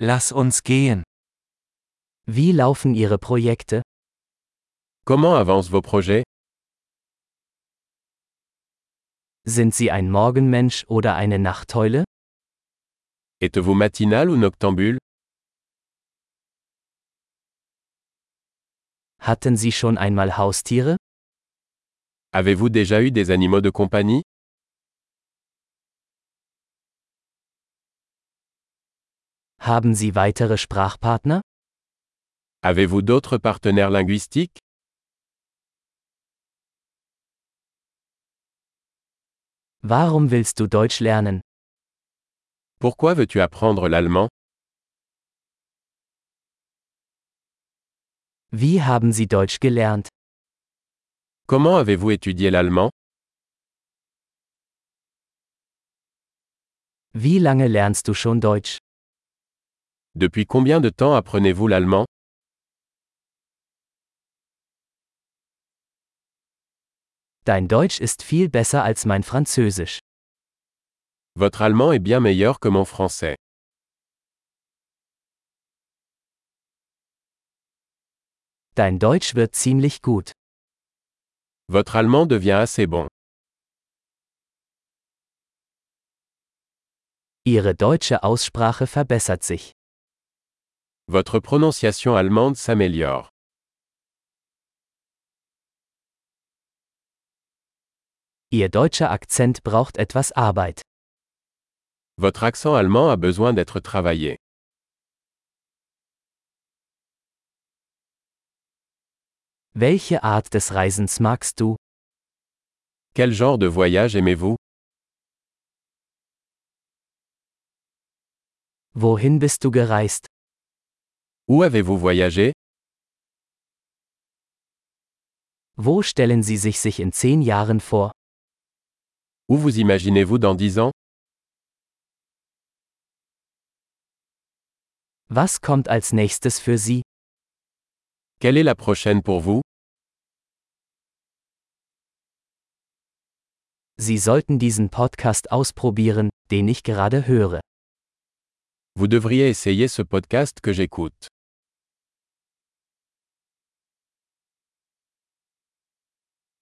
Lass uns gehen. Wie laufen Ihre Projekte? Comment avancent vos projets Sind Sie ein Morgenmensch oder eine Nachteule? Êtes-vous matinal ou noctambule Hatten Sie schon einmal Haustiere? Avez-vous déjà eu des animaux de compagnie Haben Sie weitere Sprachpartner? Avez-vous d'autres partenaires linguistiques Warum willst du Deutsch lernen? Pourquoi veux-tu apprendre l'allemand Wie haben Sie Deutsch gelernt? Comment avez-vous étudié l'allemand Wie lange lernst du schon Deutsch? Depuis combien de temps apprenez-vous l'allemand Dein Deutsch ist viel besser als mein Französisch. Votre allemand est bien meilleur que mon français. Dein Deutsch wird ziemlich gut. Votre allemand devient assez bon. Ihre deutsche Aussprache verbessert sich. Votre prononciation allemande s'améliore. Ihr deutscher Akzent braucht etwas Arbeit. Votre accent allemand a besoin d'être travaillé. Welche Art des Reisens magst du? Quel genre de voyage aimez-vous Wohin bist du gereist? Où avez-vous voyagé Wo stellen Sie sich sich in zehn Jahren vor? Où vous imaginez-vous dans 10 ans Was kommt als nächstes für Sie? Quelle est la prochaine pour vous Sie sollten diesen Podcast ausprobieren, den ich gerade höre. Vous devriez essayer ce podcast que j'écoute.